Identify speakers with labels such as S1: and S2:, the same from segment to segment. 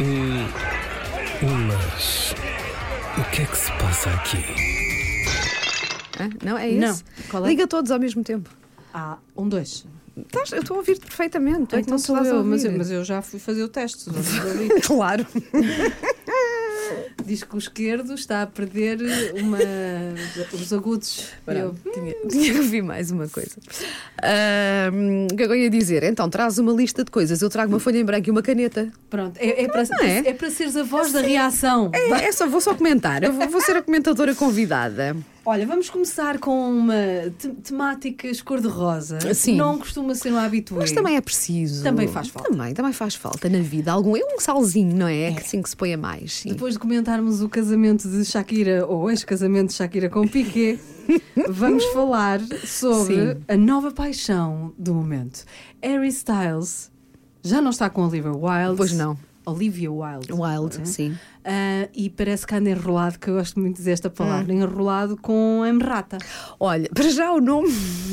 S1: Hum, mas o que é que se passa aqui?
S2: Hã? Não, é isso?
S3: Não. Qual é?
S2: Liga todos ao mesmo tempo.
S3: Ah, um, dois.
S2: Estás- eu estou a ouvir-te perfeitamente. Tu é que
S3: então
S2: não
S3: sou
S2: estás a
S3: eu
S2: ouvir.
S3: mas, eu, mas eu já fui fazer o teste. não estou a ouvir.
S2: Claro.
S3: Diz que o esquerdo está a perder uma, os agudos. Eu,
S2: Pronto, tinha, tinha que ouvir mais uma coisa. Ahm, O que é que eu ia dizer? Então, traz uma lista de coisas. Eu trago uma folha em branco e uma caneta.
S3: pronto, é, é para,
S2: Não é?
S3: é para seres a voz da reação.
S2: É, é só, vou só comentar. Eu vou, vou ser a comentadora convidada.
S3: Olha, vamos começar com uma te- temáticas cor-de-rosa.
S2: Sim.
S3: Não costuma ser um habitué.
S2: Mas também é preciso.
S3: Também faz falta.
S2: Também, também faz falta na vida. Algum, é um salzinho, não é? É que sim que se põe a mais. sim.
S3: Depois de comentarmos o casamento de Shakira, ou ex-casamento de Shakira com Piqué, vamos falar sobre
S2: Sim.
S3: a nova paixão do momento. Harry Styles já não está com Olivia Wilde.
S2: Pois não.
S3: Olivia Wilde.
S2: Wild,
S3: Não é?
S2: sim.
S3: Ah, e parece que anda enrolado, que eu gosto muito de dizer esta palavra,
S2: Hum.
S3: enrolado com emrata.
S2: Olha, para já o nome.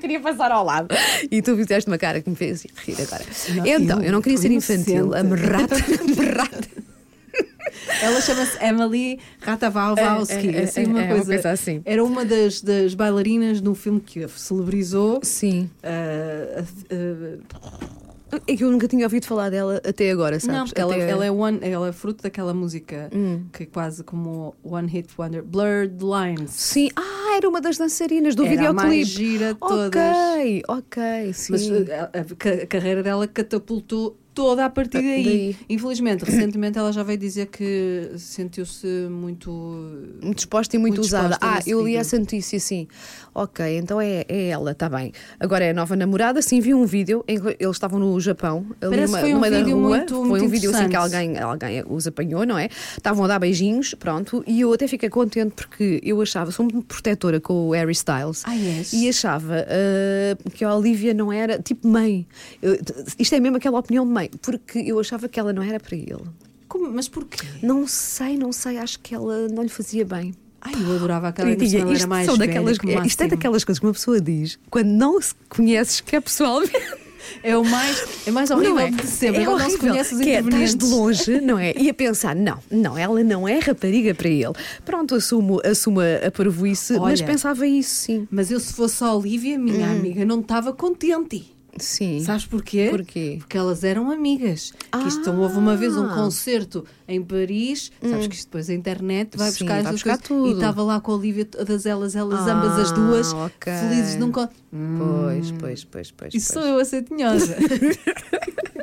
S2: queria passar ao lado. E tu fizeste uma cara que me fez rir agora.
S3: Não,
S2: então, eu,
S3: eu
S2: não queria ser
S3: tô
S2: infantil.
S3: inocente.
S2: Amerrata, amerrata.
S3: Ela chama-se Emily Ratavalvowski,
S2: É, é, é,
S3: assim,
S2: é,
S3: uma
S2: é, uma
S3: coisa.
S2: coisa assim.
S3: Era uma das, das bailarinas no filme que a celebrizou.
S2: Sim.
S3: ah, ah,
S2: É que eu nunca tinha ouvido falar dela até agora, sabes? Hum.
S3: não, porque ela,
S2: Até-
S3: ela é one, ela é fruto daquela música que quase como One Hit Wonder, Blurred Lines.
S2: Sim. Ah, era uma das dançarinas do
S3: Era a
S2: videoclipe.
S3: mais gira de todas.
S2: Ok, ok, sim.
S3: Mas ah, a, ca- a carreira dela catapultou toda a partir
S2: Ah,
S3: daí.
S2: daí.
S3: Infelizmente, recentemente ela já veio dizer que sentiu-se muito
S2: Muito exposta e muito,
S3: Muito
S2: usada.
S3: exposta
S2: Ah,
S3: nesse
S2: eu li
S3: vídeo.
S2: essa notícia, sim. Ok, então é, é ela, está bem. Agora é a nova namorada, sim, vi um vídeo em que eles estavam no Japão, ali
S3: Parece
S2: numa-
S3: que foi
S2: no
S3: um
S2: meio da
S3: vídeo
S2: rua.
S3: muito-
S2: foi
S3: muito
S2: um vídeo assim que
S3: interessante.
S2: alguém, alguém os apanhou, não é? Estavam a dar beijinhos, pronto, e eu até fiquei contente porque eu achava, sou muito protetora com o Harry Styles.
S3: Ah, és?
S2: E achava ah, que a Olivia não era tipo mãe. Eu- isto é mesmo aquela opinião de mãe, porque eu achava que ela não era para ele.
S3: Como? Mas porquê?
S2: Não sei, não sei, acho que ela não lhe fazia bem.
S3: Ai, eu adorava aquela
S2: Queridinha,
S3: emoção, ela era
S2: isto
S3: mais
S2: são
S3: velha
S2: daquelas-
S3: que o
S2: é- isto é
S3: máximo.
S2: daquelas coisas que uma pessoa diz quando não se conheces que é pessoalmente.
S3: É o mais, é mais horrível
S2: não é?
S3: de sempre.
S2: é
S3: Quando não se
S2: horrível.
S3: conhece os
S2: que é, estás de
S3: intervenientes.
S2: longe, não é? E a pensar, não, não, ela não é rapariga para ele. Pronto, assumo, assumo a parvoíce, mas
S3: Olha.
S2: pensava isso, sim.
S3: Mas eu, se fosse a Olivia, minha
S2: Hum.
S3: amiga, não estava contente.
S2: Sim.
S3: Sabes porquê?
S2: Porquê?
S3: Porque elas eram amigas. Que isto
S2: Ah! Hum.
S3: houve uma vez um concerto em Paris. Sabes que isto depois a internet vai
S2: Sim,
S3: buscar
S2: vai
S3: essas
S2: buscar
S3: coisas.
S2: tudo.
S3: E estava lá com a Olivia, todas elas, elas
S2: Ah,
S3: ambas as duas,
S2: ok.
S3: felizes num con...
S2: Pois, pois, pois, pois.
S3: Isso sou
S2: pois.
S3: eu a ser tinhosa.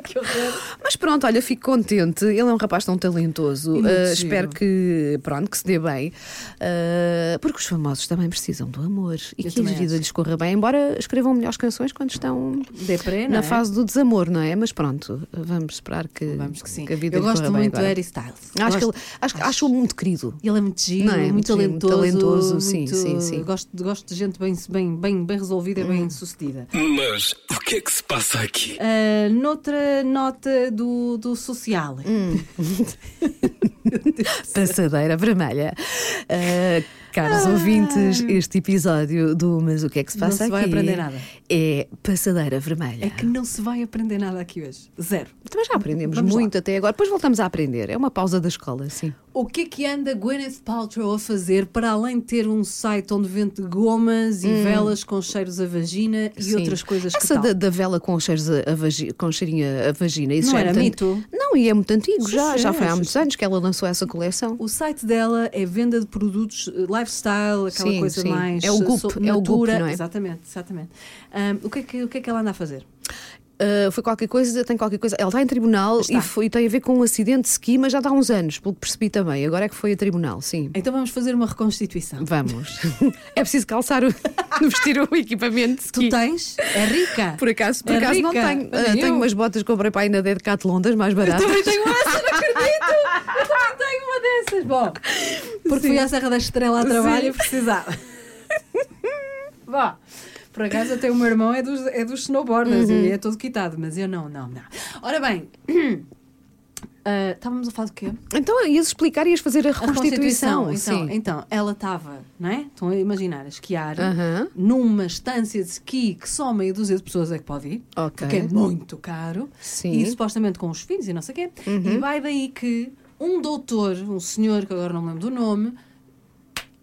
S3: que horror.
S2: Mas pronto, olha, fico contente. Ele é um rapaz tão talentoso.
S3: muito
S2: Ah,
S3: giro.
S2: espero que, pronto, que se dê bem. Ah, porque os famosos também precisam do amor e
S3: Eu
S2: que a
S3: também
S2: vida
S3: acho.
S2: lhes corra bem, embora escrevam melhores canções quando estão
S3: Depré, não
S2: na
S3: é?
S2: fase do desamor, não é? Mas pronto, vamos esperar que,
S3: Vamos que sim.
S2: a vida
S3: eu
S2: lhe
S3: gosto
S2: corra
S3: muito
S2: bem
S3: do
S2: agora.
S3: Harry Styles.
S2: Acho que
S3: Gosto.
S2: ele, acho, que- acho-o muito querido.
S3: Ele é muito giro,
S2: Não é?
S3: muito,
S2: Muito giro, muito
S3: talentoso.
S2: talentoso, sim,
S3: muito-
S2: sim, sim. Hum.
S3: Gosto, de- gosto de gente bem, bem, bem, bem resolvida e bem sucedida.
S1: Mas o que é que se passa aqui?
S3: Ah, noutra nota do, do social.
S2: Passadeira vermelha. Ah, caros ouvintes, este episódio do Mas o que é que se
S3: Não
S2: passa
S3: se vai
S2: aqui?
S3: aprender nada.
S2: É passadeira vermelha.
S3: É que não se vai aprender nada aqui hoje. Zero.
S2: Também já aprendemos
S3: Vamos
S2: muito até agora. Depois voltamos a aprender. É uma pausa da escola, sim.
S3: O que é que anda Gwyneth Paltrow a fazer para além de ter um site onde vende gomas e velas com cheiros a vagina e
S2: Hum. Sim.
S3: outras coisas que
S2: Essa
S3: tal?
S2: da, da vela com, cheiros a, a vagi- com cheirinho a vagina. Isso
S3: Não
S2: já é
S3: era
S2: muito an-
S3: mito?
S2: Não, e é muito antigo.
S3: Sim,
S2: já,
S3: sim,
S2: já foi há
S3: sim,
S2: muitos anos que ela lançou essa coleção.
S3: O site dela é venda de produtos eh, lifestyle, aquela
S2: Sim,
S3: coisa
S2: sim.
S3: mais
S2: É o
S3: eh,
S2: Goop,
S3: so-
S2: é o Goop,
S3: natura.
S2: não é?
S3: Exatamente, exatamente. Ahm, o, que é que, o que é que ela anda a fazer?
S2: Uh, foi qualquer coisa, tem qualquer coisa. Ela está em tribunal
S3: Está.
S2: e foi, tem a ver com um acidente de ski, mas já dá uns anos, pelo que percebi também. Agora é que foi a tribunal, sim.
S3: Então vamos fazer uma reconstituição.
S2: Vamos. é preciso calçar o. vestir o equipamento de
S3: Tu
S2: ski.
S3: tens? É rica?
S2: Por acaso, por
S3: É
S2: acaso não
S3: rica?
S2: tenho. Uh,
S3: Olha,
S2: tenho
S3: eu-
S2: umas botas que comprei para aí na Decathlon, das mais baratas.
S3: Também tenho uma dessas, não acredito! Eu também tenho uma dessas! Bom, porque fui à Serra da Estrela a trabalho e precisava. Vá! Por acaso até o meu irmão é dos, é dos snowboarders e é todo quitado, mas eu não, não, não. Ora bem, Ah, estávamos a falar do quê?
S2: Então ias explicar e ias fazer a reconstituição.
S3: Então,
S2: sim.
S3: então, ela estava, não é? Estão a imaginar, a esquiar
S2: Aham.
S3: numa estância de ski que só meia dúzia de pessoas é que pode ir,
S2: Ok.
S3: porque é muito caro,
S2: Sim. Uhum.
S3: e supostamente com os filhos e não sei o quê. E vai daí que um doutor, um senhor, que agora não me lembro do nome,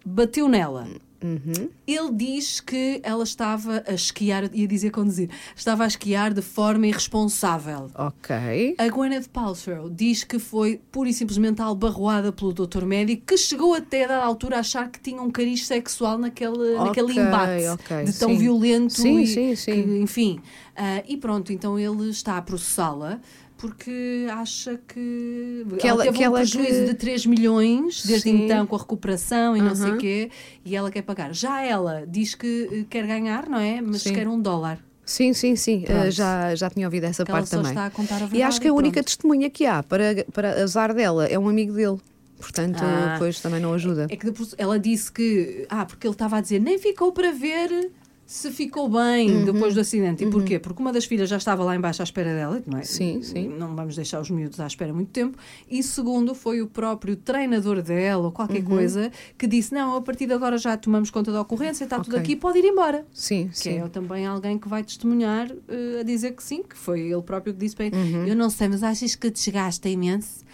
S3: bateu nela.
S2: Uhum.
S3: Ele diz que ela estava a esquiar, ia dizer conduzir, estava a esquiar de forma irresponsável.
S2: Ok.
S3: A Gwyneth Paltrow diz que foi pura e simplesmente albarroada pelo doutor médico, que chegou até a dada altura a achar que tinha um cariz sexual naquele, naquele
S2: Ok,
S3: embate
S2: ok,
S3: de tão
S2: sim.
S3: violento.
S2: Sim,
S3: e
S2: sim, sim.
S3: que, enfim, Ah, e pronto, então ele está a processá-la porque acha que,
S2: Que ela-
S3: teve
S2: que
S3: um
S2: ela é
S3: prejuízo
S2: que-
S3: de 3 milhões desde
S2: Sim.
S3: então com a recuperação e não sei o quê, e ela quer pagar. Já ela diz que eh, quer ganhar, não é? Mas
S2: Sim.
S3: quer um dólar.
S2: Sim, sim, sim.
S3: Pronto.
S2: Eh, já, já tinha ouvido essa
S3: Que ela
S2: parte
S3: só
S2: também.
S3: está a contar a
S2: e
S3: verdade
S2: acho que a
S3: e
S2: única
S3: pronto.
S2: testemunha que há para, para azar dela é um amigo dele. Portanto,
S3: Ah.
S2: pois também não ajuda.
S3: É que depois ela disse que. Ah, porque ele estava a dizer, nem ficou para ver se ficou bem
S2: Uhum.
S3: depois do acidente. E porquê? Porque uma das filhas já estava lá embaixo à espera dela, não é?
S2: Sim, sim.
S3: Não vamos deixar os miúdos à espera muito tempo. E segundo, foi o próprio treinador dela ou qualquer
S2: Uhum.
S3: coisa que disse: não, a partir de agora já tomamos conta da ocorrência, está tudo
S2: Ok.
S3: aqui, pode ir embora.
S2: Sim,
S3: Que
S2: sim.
S3: é também alguém que vai testemunhar eh, a dizer que sim, que foi ele próprio que disse para ele,
S2: Uhum.
S3: Eu não sei, mas achas que te chegaste imenso?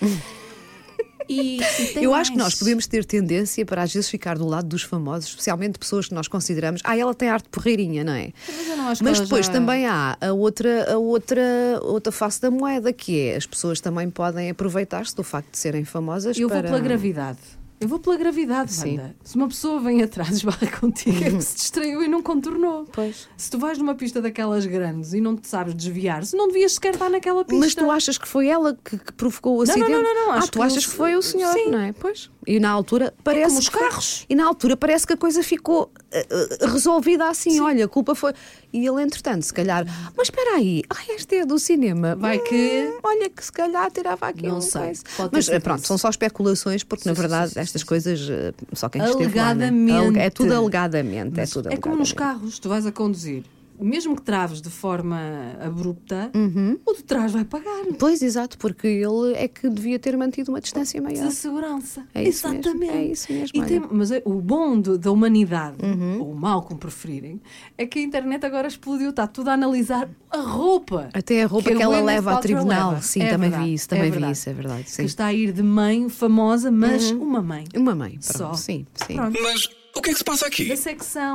S3: E- e tem
S2: Eu acho que nós
S3: mais.
S2: podemos ter tendência para às vezes ficar do lado dos famosos, especialmente pessoas que nós consideramos. Ah, ela tem arte porreirinha, não é?
S3: Mas eu não acho que
S2: Mas
S3: ela
S2: depois
S3: já-
S2: também há a outra, a outra, outra face da moeda, que é as pessoas também podem aproveitar-se do facto de serem famosas.
S3: Eu
S2: para...
S3: vou pela gravidade. Eu vou pela gravidade,
S2: Sim.
S3: Wanda. Se uma pessoa vem atrás e esbarra contigo, é que se distraiu e não contornou.
S2: Pois.
S3: Se tu vais numa pista daquelas grandes e não te sabes desviar, se não devias sequer estar naquela pista.
S2: Mas tu achas que foi ela que, que provocou o
S3: Não, não,
S2: acidente?
S3: não, não, não,
S2: Ah,
S3: acho
S2: tu
S3: que
S2: achas
S3: o-
S2: que foi o senhor,
S3: sim. É
S2: não é? Pois. E na altura parece.
S3: como os
S2: que foi-
S3: carros.
S2: E na altura parece que a coisa ficou eh, eh, resolvida assim: olha, a culpa foi. E ele, entretanto, se calhar. Mas espera aí, ah, esta é do cinema.
S3: Vai que-
S2: Hum, olha, que se calhar tirava aqui
S3: Não
S2: um
S3: sei.
S2: coisa.
S3: Pode ter
S2: Mas
S3: sido
S2: eh, pronto,
S3: isso.
S2: são só especulações, porque na
S3: Sim, sim,
S2: verdade
S3: sim, sim,
S2: estas
S3: sim.
S2: coisas eh, só quem esteve lá. né?
S3: Alegadamente.
S2: É tudo alegadamente. É, tudo
S3: É como nos
S2: alegadamente.
S3: carros, tu vais a conduzir. Mesmo que traves de forma abrupta,
S2: Uhum.
S3: o de trás vai pagar.
S2: Pois, exato, porque ele é que devia ter mantido uma distância maior.
S3: De segurança.
S2: É isso mesmo,
S3: Exatamente.
S2: é isso mesmo,
S3: E
S2: olha. Uhum.
S3: tem- mas é- o bom do- da humanidade, ou o mal, como preferirem, é que a internet agora explodiu. Está tudo a analisar a roupa.
S2: Até a roupa que, ela
S3: Gwyneth
S2: leva ao
S3: Paltrow
S2: tribunal.
S3: leva.
S2: Sim,
S3: É
S2: também
S3: verdade,
S2: vi isso, também
S3: é
S2: vi
S3: verdade.
S2: isso, é verdade.
S3: Que
S2: Sim. Uhum.
S3: está a ir de mãe famosa, mas uma mãe.
S2: Uma mãe, pronto.
S3: Só.
S2: Sim, sim.
S3: Pronto.
S1: Mas o que é que se passa aqui?
S3: Da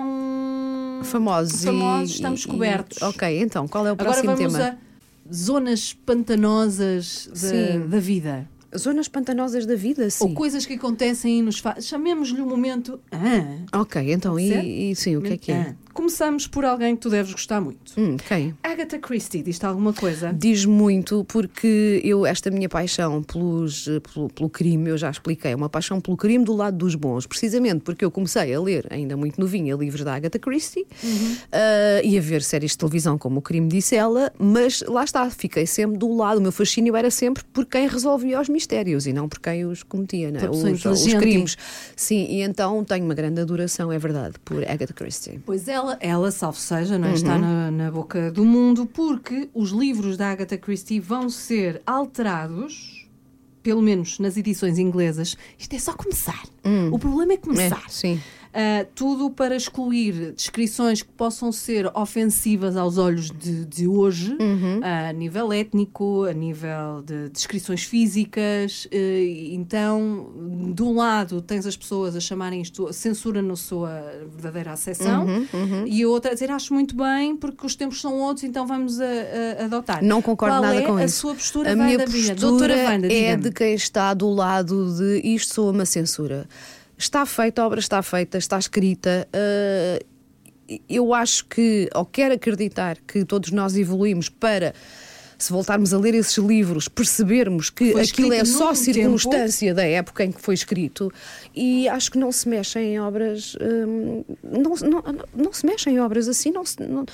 S3: secção.
S2: Famosos, e-
S3: Famosos,
S2: e-
S3: estamos
S2: e-
S3: cobertos.
S2: ok, então, qual é o
S3: Agora
S2: próximo
S3: vamos
S2: tema?
S3: a zonas pantanosas da,
S2: Sim.
S3: da vida.
S2: Zonas pantanosas da vida, sim.
S3: Ou coisas que acontecem e nos fazem. Chamemos-lhe o momento. Ah,
S2: Ok, então,
S3: Pode ser?
S2: e, e sim, o que é que é?
S3: Ah. Começamos por alguém que tu deves gostar muito.
S2: Hum, quem?
S3: Agatha Christie, diz-te alguma coisa?
S2: Diz muito porque eu, esta minha paixão pelos, pelo, pelo crime, eu já expliquei, é uma paixão pelo crime do lado dos bons, precisamente porque eu comecei a ler, ainda muito novinha, livros da Agatha Christie ah, e a ver séries de televisão como O Crime Disse Ela, mas lá está, fiquei sempre do lado, o meu fascínio era sempre por quem resolvia os mistérios e não por quem os cometia, não é?
S3: Por pessoa
S2: os, os
S3: inteligente.
S2: crimes. Sim, e então tenho uma grande adoração, é verdade, por Agatha Christie.
S3: Pois ela, ela, salvo seja, não é? está
S2: Uhum.
S3: na, na boca do mundo, porque os livros da Agatha Christie vão ser alterados, pelo menos nas edições inglesas. Isto é só começar. O problema é começar.
S2: Hum. É, sim.
S3: Ah, tudo para excluir descrições que possam ser ofensivas aos olhos de, de hoje,
S2: Uhum.
S3: ah, a nível étnico, a nível de descrições físicas. eh, então, de um lado, tens as pessoas a chamarem isto censura na sua verdadeira acessão,
S2: Uhum,
S3: e a outra a dizer acho muito bem porque os tempos são outros, então vamos a- a- adotar.
S2: Não concordo
S3: Qual
S2: nada
S3: é
S2: com
S3: a
S2: isso.
S3: sua postura,
S2: a
S3: Wanda
S2: minha
S3: Vieira?
S2: postura
S3: Doutora Wanda,
S2: é
S3: diga-me.
S2: de quem está do lado de isto sou uma censura. Está feita, a obra está feita, está escrita. ah, eu acho que, ou quero acreditar, que todos nós evoluímos para. Se voltarmos a ler esses livros, percebermos que
S3: Foi
S2: aquilo é
S3: escrito
S2: só
S3: num
S2: circunstância da época em que foi escrito, e acho que não se mexem em obras. hum, não, não, não se mexem em obras assim, não se. Não,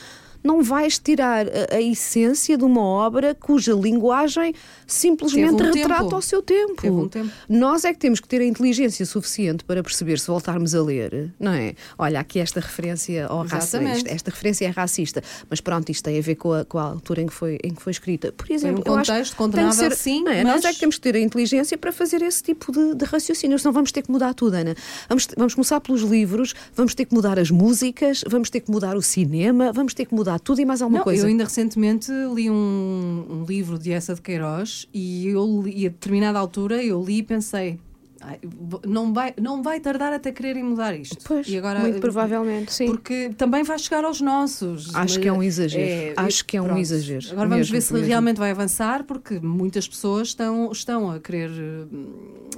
S2: não vais tirar a, a essência de uma obra cuja linguagem simplesmente
S3: Teve um
S2: retrata
S3: tempo.
S2: o seu tempo.
S3: Teve um tempo.
S2: Nós é que temos que ter a inteligência suficiente para perceber se voltarmos a ler, não é? Olha, aqui esta referência ao racismo,
S3: Exatamente.
S2: esta, esta referência é racista, mas pronto, isto tem a ver com a, com a altura em que foi, em que foi escrita. Por exemplo, eu acho que
S3: um
S2: tem que
S3: contexto condenável,
S2: ser-
S3: sim,
S2: não é? Nós é
S3: mas-
S2: que temos que ter a inteligência para fazer esse tipo de, de raciocínio, senão vamos ter que mudar tudo, Ana. Vamos, te- vamos começar pelos livros, vamos ter que mudar as músicas, vamos ter que mudar o cinema, vamos ter que mudar tudo e mais alguma
S3: Não,
S2: coisa.
S3: Eu ainda recentemente li um, um livro de Essa de Queiroz e, eu li- e a determinada altura eu li e pensei. "Ai, vo- Não vai, não vai tardar até quererem mudar isto.
S2: Pois,
S3: e agora,
S2: muito
S3: eh,
S2: provavelmente, sim.
S3: Porque também vai chegar aos nossos.
S2: Acho
S3: mas,
S2: que é um exagero.
S3: eh,
S2: Acho que é um
S3: pronto.
S2: exagero.
S3: Agora vamos
S2: Mesmo,
S3: ver se
S2: mesmo.
S3: realmente vai avançar, porque muitas pessoas estão, estão a querer eh,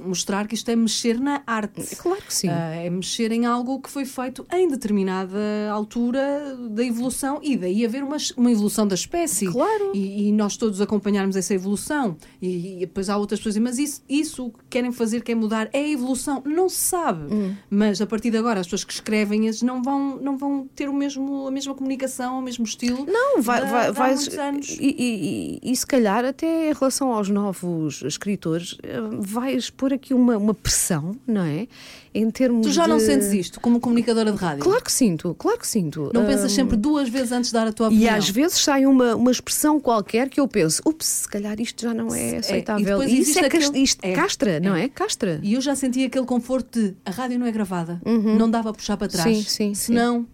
S3: mostrar que isto é mexer na arte.
S2: Claro que sim.
S3: Ah, é mexer em algo que foi feito em determinada altura da evolução e daí haver uma, uma evolução da espécie.
S2: Claro.
S3: E, e nós todos acompanharmos essa evolução. E, e depois há outras pessoas que dizem, mas isso, isso o que querem fazer, querem mudar, é a evolução. Não se sabe.
S2: Hum.
S3: Mas a partir de agora, as pessoas que escrevem as não vão, não vão ter o mesmo, a mesma comunicação, o mesmo estilo.
S2: Não, vai,
S3: da-
S2: vai,
S3: de há
S2: vai-
S3: muitos anos.
S2: E, e- e- e se calhar até em relação aos novos escritores, eh, vais pôr aqui uma, uma pressão, não é? Em termos
S3: Tu já não
S2: de-
S3: sentes isto como comunicadora de rádio?
S2: Claro que sinto, claro que sinto.
S3: Não
S2: Ah,
S3: pensas sempre duas vezes antes de dar a tua
S2: E
S3: opinião?
S2: às vezes sai uma, uma expressão qualquer que eu penso, ups, se calhar isto já não é
S3: e
S2: aceitável.
S3: depois
S2: E
S3: existe
S2: isso é, cas-
S3: aquele-
S2: isto
S3: é,
S2: castra, não é? Castra.
S3: E eu já senti aquele conforto de a rádio não é gravada, não dava a puxar para trás.
S2: Uhum. Sim, sim, sim.
S3: Senão,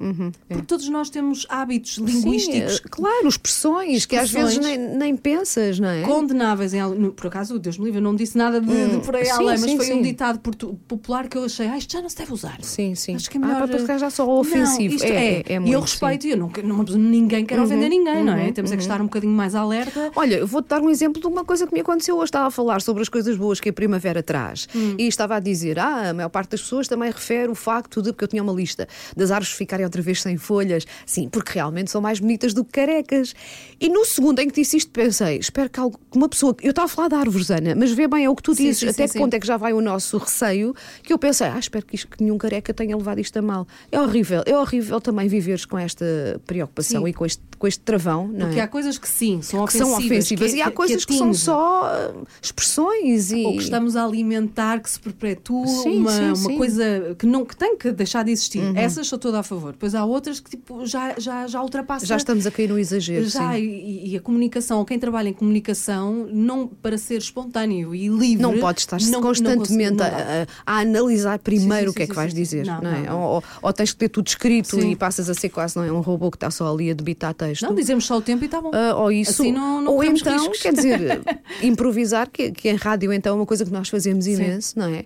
S2: é.
S3: porque todos nós temos hábitos
S2: Sim,
S3: linguísticos
S2: eh, claro, expressões, que às vezes nem,
S3: Expressões.
S2: nem pensas, não é? Hum.
S3: condenáveis em algo. no- Por acaso, Deus me livre, eu não disse nada de, de por aí
S2: Sim,
S3: além, mas
S2: sim,
S3: foi
S2: sim.
S3: um ditado portu- popular que eu achei, ah, isto já não se deve usar.
S2: Sim, sim.
S3: Acho que é
S2: Ah,
S3: melhor.
S2: para ficar já só
S3: Não,
S2: ofensivo.
S3: isto
S2: É, é, é
S3: e
S2: muito,
S3: eu
S2: sim. Uhum,
S3: respeito, e eu não, não, ninguém quer ofender ninguém, não é? Temos é que estar um bocadinho mais alerta.
S2: Olha, eu vou-te dar um exemplo de uma coisa que me aconteceu hoje. Estava a falar sobre as coisas boas que a primavera traz.
S3: Hum.
S2: E estava a dizer, ah, a maior parte das pessoas também refere o facto de, porque eu tinha uma lista, das árvores ficarem outra vez sem folhas. Sim, porque realmente são mais bonitas do que carecas. E no segundo em que disse isto, pensei, espero que algo- que uma pessoa. Eu estava a falar de árvores, Ana, mas vê bem é o que tu
S3: Sim,
S2: dizes,
S3: sim,
S2: até
S3: sim,
S2: que
S3: sim.
S2: ponto é que já vai o nosso receio, que eu pensei, ah, espero que, isto, que nenhum careca tenha levado isto a mal. É horrível, é horrível também viveres com esta preocupação
S3: Sim.
S2: e com este, com este travão, não
S3: Porque
S2: é?
S3: há coisas que sim, são
S2: que
S3: ofensivas.
S2: são ofensivas
S3: que- é
S2: e há
S3: que
S2: coisas que, são
S3: atingem.
S2: só ah, expressões e
S3: ou que estamos a alimentar, que se perpetua
S2: Sim,
S3: uma,
S2: sim,
S3: uma
S2: sim. Uhum.
S3: coisa que, não, que tem que deixar de existir. Essas sou toda a favor. Depois há outras que tipo, já, já, já ultrapassam.
S2: já estamos a cair no exagero.
S3: Já, é
S2: sim.
S3: e, e a comunicação, ou quem trabalha em comunicação, não para ser espontâneo e livre.
S2: Não pode estar
S3: não- não
S2: constantemente
S3: consigo- não dá.
S2: a, a- a analisar primeiro
S3: sim,
S2: o que é
S3: sim,
S2: que vais
S3: sim, sim.
S2: dizer,
S3: Não,
S2: não é?
S3: não, não.
S2: Ou, ou tens que ter tudo escrito
S3: Sim.
S2: e passas a ser quase não é um robô que está só ali a debitar texto.
S3: Não, dizemos só o tempo e está bom.
S2: Ah, ou isso,
S3: Assim não- não
S2: ou
S3: corremos
S2: então,
S3: riscos.
S2: quer dizer, improvisar, que, que em rádio então é uma coisa que nós fazemos imenso, não é?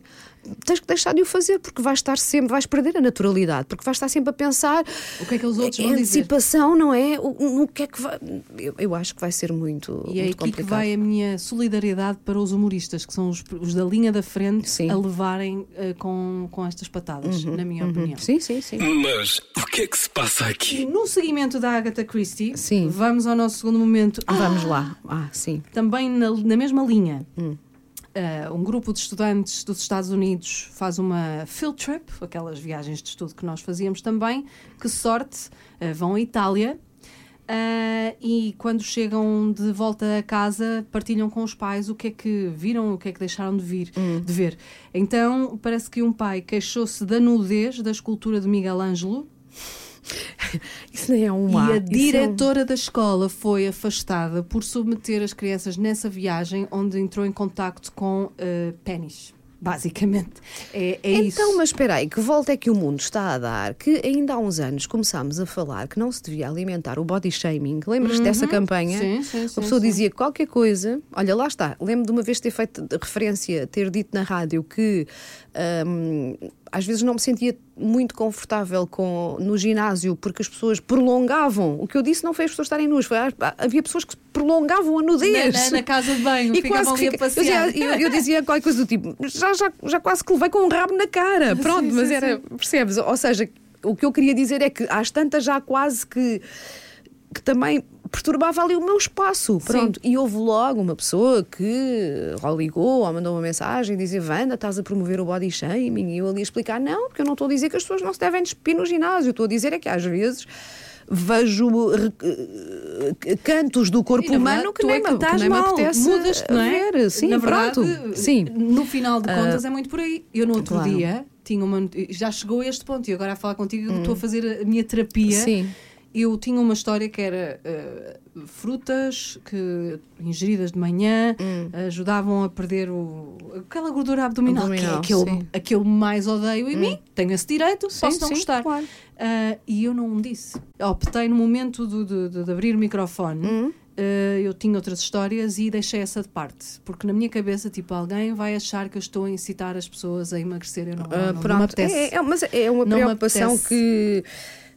S2: Tens que deixar de o fazer, porque vais estar sempre, vais perder a naturalidade, porque vais estar sempre a pensar
S3: O que é que os outros
S2: é
S3: vão dizer?
S2: antecipação, não é? O, o que é que vai. Eu, eu acho que vai ser muito,
S3: E
S2: muito
S3: é aqui
S2: complicado.
S3: que vai a minha solidariedade para os humoristas, que são os, os da linha da frente,
S2: Sim. Uhum,
S3: a levarem eh, com, com estas patadas, na minha opinião.
S2: Sim, sim, sim.
S1: Mas o que é que se passa
S3: E
S1: aqui?
S3: no seguimento da Agatha Christie,
S2: Sim.
S3: vamos ao nosso segundo momento.
S2: Vamos lá. Ah, sim.
S3: Também na, na mesma linha. Ah, um grupo de estudantes dos Estados Unidos faz uma field trip, aquelas viagens de estudo que nós fazíamos também. Que sorte! Ah, vão à Itália. ah, e quando chegam de volta a casa, partilham com os pais o que é que viram, o que é que deixaram de, vir, de ver. Então, parece que um pai queixou-se da nudez da escultura de Miguel Ângelo
S2: Isso nem é um
S3: e
S2: A.
S3: a
S2: isso é um-
S3: diretora da escola foi afastada por submeter as crianças nessa viagem onde entrou em contacto com eh, pênis. Basicamente. É, é
S2: Então,
S3: isso.
S2: mas espera aí, que volta é que o mundo está a dar? Que ainda há uns anos começámos a falar que não se devia alimentar o body shaming. Lembras-te dessa campanha?
S3: Uhum. Sim, sim,
S2: A
S3: sim,
S2: pessoa
S3: sim.
S2: dizia qualquer coisa. Olha, lá está. Lembro de uma vez ter feito de- referência, ter dito na rádio que hum, às vezes não me sentia muito confortável com, no ginásio porque as pessoas prolongavam. O que eu disse não foi as pessoas estarem nuas, foi, ah, havia pessoas que prolongavam a nudez.
S3: Na- na- na casa de banho,
S2: E
S3: ficavam
S2: quase que
S3: ali a
S2: fica- eu dizia-
S3: passear.
S2: eu, eu dizia qualquer coisa do tipo, já, já, já quase que levei com um rabo na cara. Pronto,
S3: sim,
S2: mas
S3: sim,
S2: era, percebes? Ou seja, o que eu queria dizer é que às tantas já quase que, que também perturbava ali o meu espaço. Pronto. E houve logo uma pessoa que ou ligou ou mandou uma mensagem e dizia: Wanda, estás a promover o body shaming? E eu ali a explicar: não, porque eu não estou a dizer que as pessoas não se devem despir no ginásio, estou a dizer é que às vezes. vejo eh, cantos do corpo
S3: E, na
S2: humano
S3: verdade,
S2: que
S3: tu
S2: nem,
S3: é
S2: me-
S3: que estás
S2: nem me
S3: mal,
S2: apetece eh,
S3: mudas, não é?
S2: ver. Sim,
S3: Na
S2: pronto.
S3: verdade,
S2: Sim. Ah.
S3: no final de contas é muito por aí. Eu no outro
S2: Claro.
S3: dia tinha uma not- já chegou a este ponto e agora a falar contigo eu estou a fazer a minha terapia.
S2: Hum. Sim.
S3: Eu tinha uma história que era eh, frutas que ingeridas de manhã
S2: Hum.
S3: ajudavam a perder o, aquela gordura abdominal,
S2: Abdominal,
S3: que é a que, eu,
S2: sim. Hum.
S3: a que eu mais odeio em mim. Tenho esse direito, posso não
S2: sim,
S3: gostar.
S2: claro.
S3: Ah, e eu não disse. Optei no momento do- do- de, de abrir o microfone.
S2: Hum.
S3: ah, eu tinha outras histórias e deixei essa de parte. Porque na minha cabeça, tipo, alguém vai achar que eu estou a incitar as pessoas a emagrecer. Eu não,
S2: Ah,
S3: não, não, me
S2: pronto,
S3: apetece.
S2: É, é- mas é uma
S3: Não me
S2: preocupação
S3: apetece.
S2: que,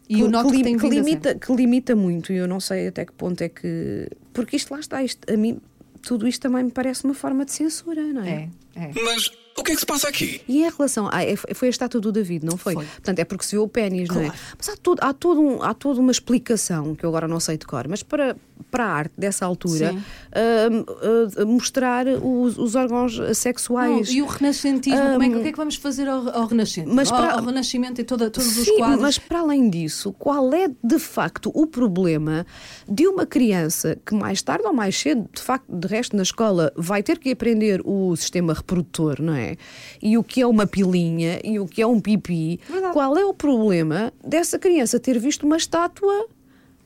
S3: E eu noto que
S2: lim-
S3: tem vindo a
S2: limita, que limita muito e eu não sei até que ponto é que. Porque isto lá está, isto, a mim tudo isto também me parece uma forma de censura, não é?
S3: É, é.
S1: Mas o que é que se passa aqui?
S2: E em relação. Ah, é- foi a estátua do David, não foi?
S3: Foi.
S2: Portanto, é porque se viu o pênis, não é?
S3: Claro.
S2: Mas há, todo, há, todo um- há toda uma explicação que eu agora não sei de cor, mas para, para a arte dessa altura,
S3: Sim.
S2: ah, ah, mostrar os, os órgãos
S3: Não,
S2: sexuais.
S3: e o renascentismo, como é que, o que é que vamos fazer ao, ao renascimento?
S2: hum, mas
S3: ao,
S2: para-
S3: ao renascimento e toda, todos os
S2: Sim,
S3: quadros.
S2: mas para além disso, qual é de facto o problema de uma criança que mais tarde ou mais cedo, de facto, de resto na escola, vai ter que aprender o sistema reprodutor, não é? E o que é uma pilinha e o que é um pipi.
S3: Verdade.
S2: Qual é o problema dessa criança ter visto uma estátua eh,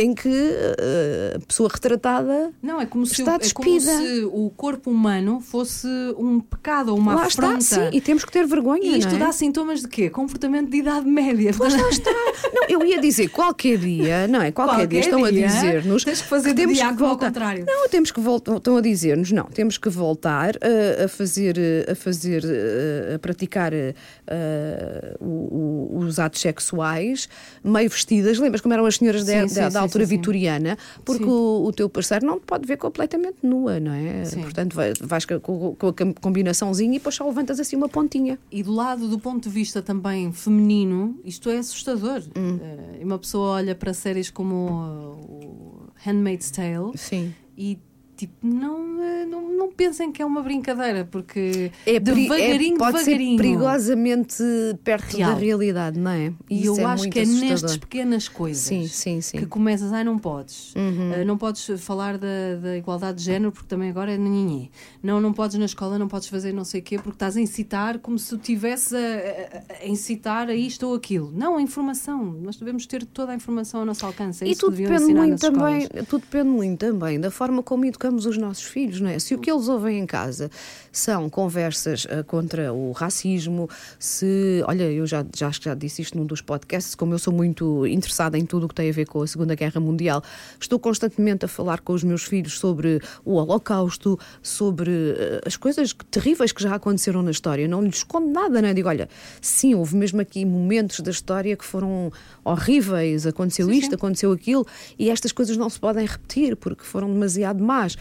S2: em que eh, a pessoa retratada
S3: Não, é como, se, o-
S2: Está
S3: é como
S2: despida.
S3: se o corpo humano fosse um pecado ou uma
S2: lá
S3: afronta.
S2: está? Sim, e temos que ter vergonha.
S3: E isto
S2: não é?
S3: dá sintomas de quê? Comportamento de idade média.
S2: Lá está. Não, eu ia dizer qualquer dia, não é? Qualquer,
S3: Qualquer
S2: dia estão a
S3: dia,
S2: dizer-nos.
S3: tens que fazer do diácono ao contrário.
S2: Não, temos que voltar. Estão a dizer-nos, não, temos que voltar eh, a fazer, eh, a, fazer eh, a praticar eh, eh, o- o- os atos sexuais meio vestidas. Lembras como eram as senhoras da-
S3: Sim, sim,
S2: da, da
S3: sim,
S2: altura
S3: sim, sim.
S2: vitoriana? Porque
S3: Sim.
S2: o, o teu parceiro não te pode ver completamente nua, não é?
S3: Sim.
S2: Portanto, vai- vais com, com- com a combinaçãozinha e depois só levantas assim uma pontinha.
S3: E do lado do ponto de vista também feminino, isto é assustador.
S2: Hum.
S3: Eh, uma pessoa olha para séries como uh, o Handmaid's Tale
S2: Sim.
S3: e tipo, não, eh, não, não pensem que é uma brincadeira, porque
S2: é peri- é-
S3: devagarinho,
S2: pode
S3: devagarinho.
S2: ser perigosamente perto
S3: Real.
S2: da realidade, não é?
S3: E eu
S2: Isso é
S3: acho
S2: muito
S3: que é
S2: assustador.
S3: nestas pequenas coisas
S2: Sim, sim, sim. Uhum.
S3: que começas, ai, não podes. Ah, não podes falar da, da igualdade de género porque também agora é ninguém. Não, não podes na escola, não podes fazer não sei o quê porque estás a incitar como se estivesse a, a- a incitar a isto ou aquilo. Não, a informação. Nós devemos ter toda a informação ao nosso alcance. É
S2: E
S3: isso que
S2: tudo
S3: deviam
S2: depende,
S3: ensinar nas
S2: muito também,
S3: escolas.
S2: tudo depende muito também da forma como educamos os nossos filhos, não é? Se o que eles ouvem em casa são conversas ah, contra o racismo, se. Olha, eu já, já acho que já disse isto num dos podcasts, como eu sou muito interessada em tudo o que tem a ver com a Segunda Guerra Mundial, estou constantemente a falar com os meus filhos sobre o Holocausto, sobre ah, as coisas que- terríveis que já aconteceram na história. Não lhes escondo nada, não é? Digo, olha, sim, houve mesmo aqui momentos da história que foram horríveis, aconteceu
S3: Sim,
S2: isto,
S3: sim.
S2: aconteceu aquilo, e estas coisas não se podem repetir porque foram demasiado más.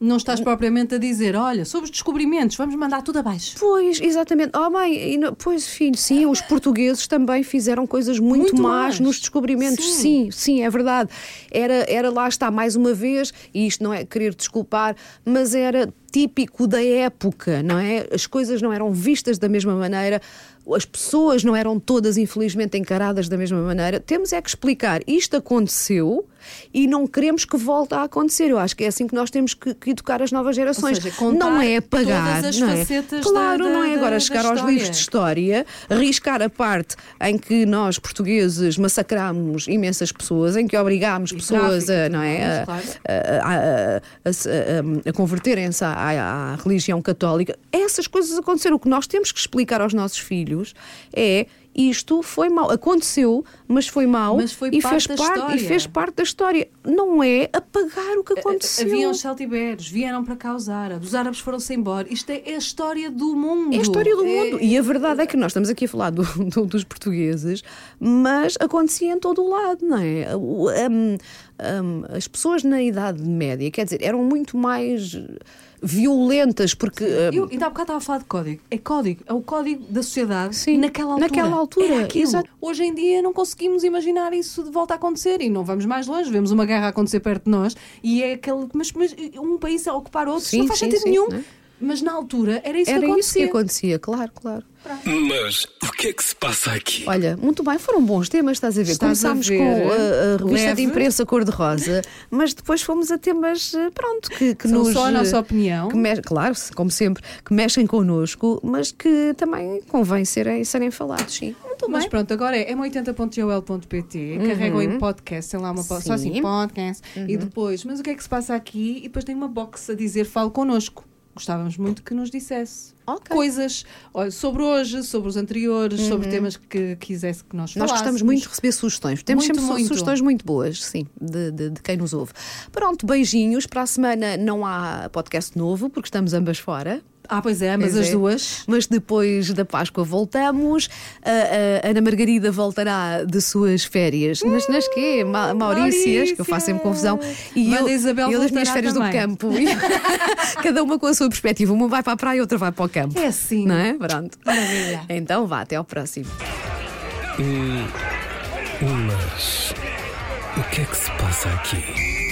S3: Não estás propriamente a dizer, olha, sobre os descobrimentos, vamos mandar tudo abaixo.
S2: Pois, exatamente. Oh, mãe, e não- pois, filho, sim, os portugueses também fizeram coisas Ah. muito,
S3: Muito
S2: más
S3: más.
S2: nos descobrimentos.
S3: Sim.
S2: Sim. sim, é verdade. Era, era lá está, mais uma vez, e isto não é querer desculpar, mas era típico da época, não é? As coisas não eram vistas da mesma maneira. As pessoas não eram todas, infelizmente, encaradas da mesma maneira. Temos é que explicar. Isto aconteceu e não queremos que volte a acontecer. Eu acho que é assim que nós temos que, que educar as novas gerações.
S3: seja, contar
S2: não é apagar.
S3: todas as
S2: não é?
S3: facetas da-
S2: Claro,
S3: da-
S2: não é
S3: da-
S2: agora
S3: da
S2: chegar aos
S3: história.
S2: livros de história, riscar a parte em que nós, portugueses, massacrámos imensas pessoas, em que obrigámos
S3: E
S2: pessoas a,
S3: tráfico,
S2: não é, a,
S3: claro.
S2: a- a- a- se- a- a converterem-se à, à- à religião católica. Essas coisas aconteceram. O que nós temos que explicar aos nossos filhos é. Isto foi mau, aconteceu, mas foi mau
S3: Mas foi
S2: e, fez
S3: parte da
S2: parte, e
S3: história.
S2: fez parte da história. Não é apagar o que aconteceu.
S3: Havia os celtiberos, vieram para causar, os árabes foram-se embora. Isto é, é a história do mundo.
S2: É a história do
S3: É-
S2: mundo. E a verdade é que nós estamos aqui a falar do- do- dos portugueses, mas acontecia em todo o lado, não é? O- um, um, as pessoas na Idade Média, quer dizer, eram muito mais violentas, porque. um,
S3: Eu ainda há bocado estava a falar de código. É código, é o código da sociedade
S2: Sim,
S3: naquela altura.
S2: naquela altura,
S3: Era aquilo.
S2: exato.
S3: Hoje em dia não conseguimos imaginar isso de volta a acontecer e não vamos mais longe. Vemos uma guerra acontecer perto de nós e é aquele. Mas, mas um país a ocupar outro
S2: Sim,
S3: não faz
S2: sim,
S3: sentido
S2: sim,
S3: nenhum.
S2: não é?
S3: Mas na altura era isso que
S2: Era isso que
S3: acontecia.
S2: acontecia, claro, claro.
S1: Mas o que é que se passa aqui?
S2: Olha, muito bem, foram bons temas, estás a ver?
S3: Estás a
S2: Começámos
S3: ver,
S2: com a, a revista
S3: leve.
S2: de imprensa cor-de-rosa, mas depois fomos a temas, eh, pronto, que, que
S3: São
S2: nos.
S3: só a nossa
S2: eh,
S3: opinião.
S2: que me- claro, se- como sempre, que mexem connosco, mas que também convém serem, serem falados, sim. Muito
S3: Mas pronto, agora é m80.joel.pt, carregam em podcast, tem lá uma po- só assim,
S2: Uhum. Sim. Uhum.
S3: podcast, e depois, mas o que é que se passa aqui? E depois tem uma box a dizer, fale connosco. Gostávamos muito que nos dissesse
S2: Ok.
S3: coisas olha, sobre hoje, sobre os anteriores, sobre temas que quisesse que nós
S2: Uhum. Nós
S3: falássemos.
S2: gostamos muito de receber sugestões. Temos
S3: Muito,
S2: sempre su-
S3: muito.
S2: sugestões muito boas, sim, de, de- de quem nos ouve. Pronto, beijinhos. Para a semana não há podcast novo, porque estamos ambas fora.
S3: Ah, pois é, mas
S2: Pois
S3: as
S2: é.
S3: duas.
S2: Mas depois da Páscoa voltamos. A, a Ana Margarida voltará de suas férias. Nas, nas quê? Ma- Maurícias, que eu faço sempre confusão. E
S3: Hum, Mas
S2: eu,
S3: a Isabel
S2: eu das minhas
S3: voltará
S2: férias
S3: também.
S2: do campo. Cada uma com a sua perspectiva. Uma vai para a praia, outra vai para o campo.
S3: É assim.
S2: Não é? Pronto.
S3: Maravilha.
S2: Então vá, até ao próximo.
S1: Mas o que é que se passa aqui?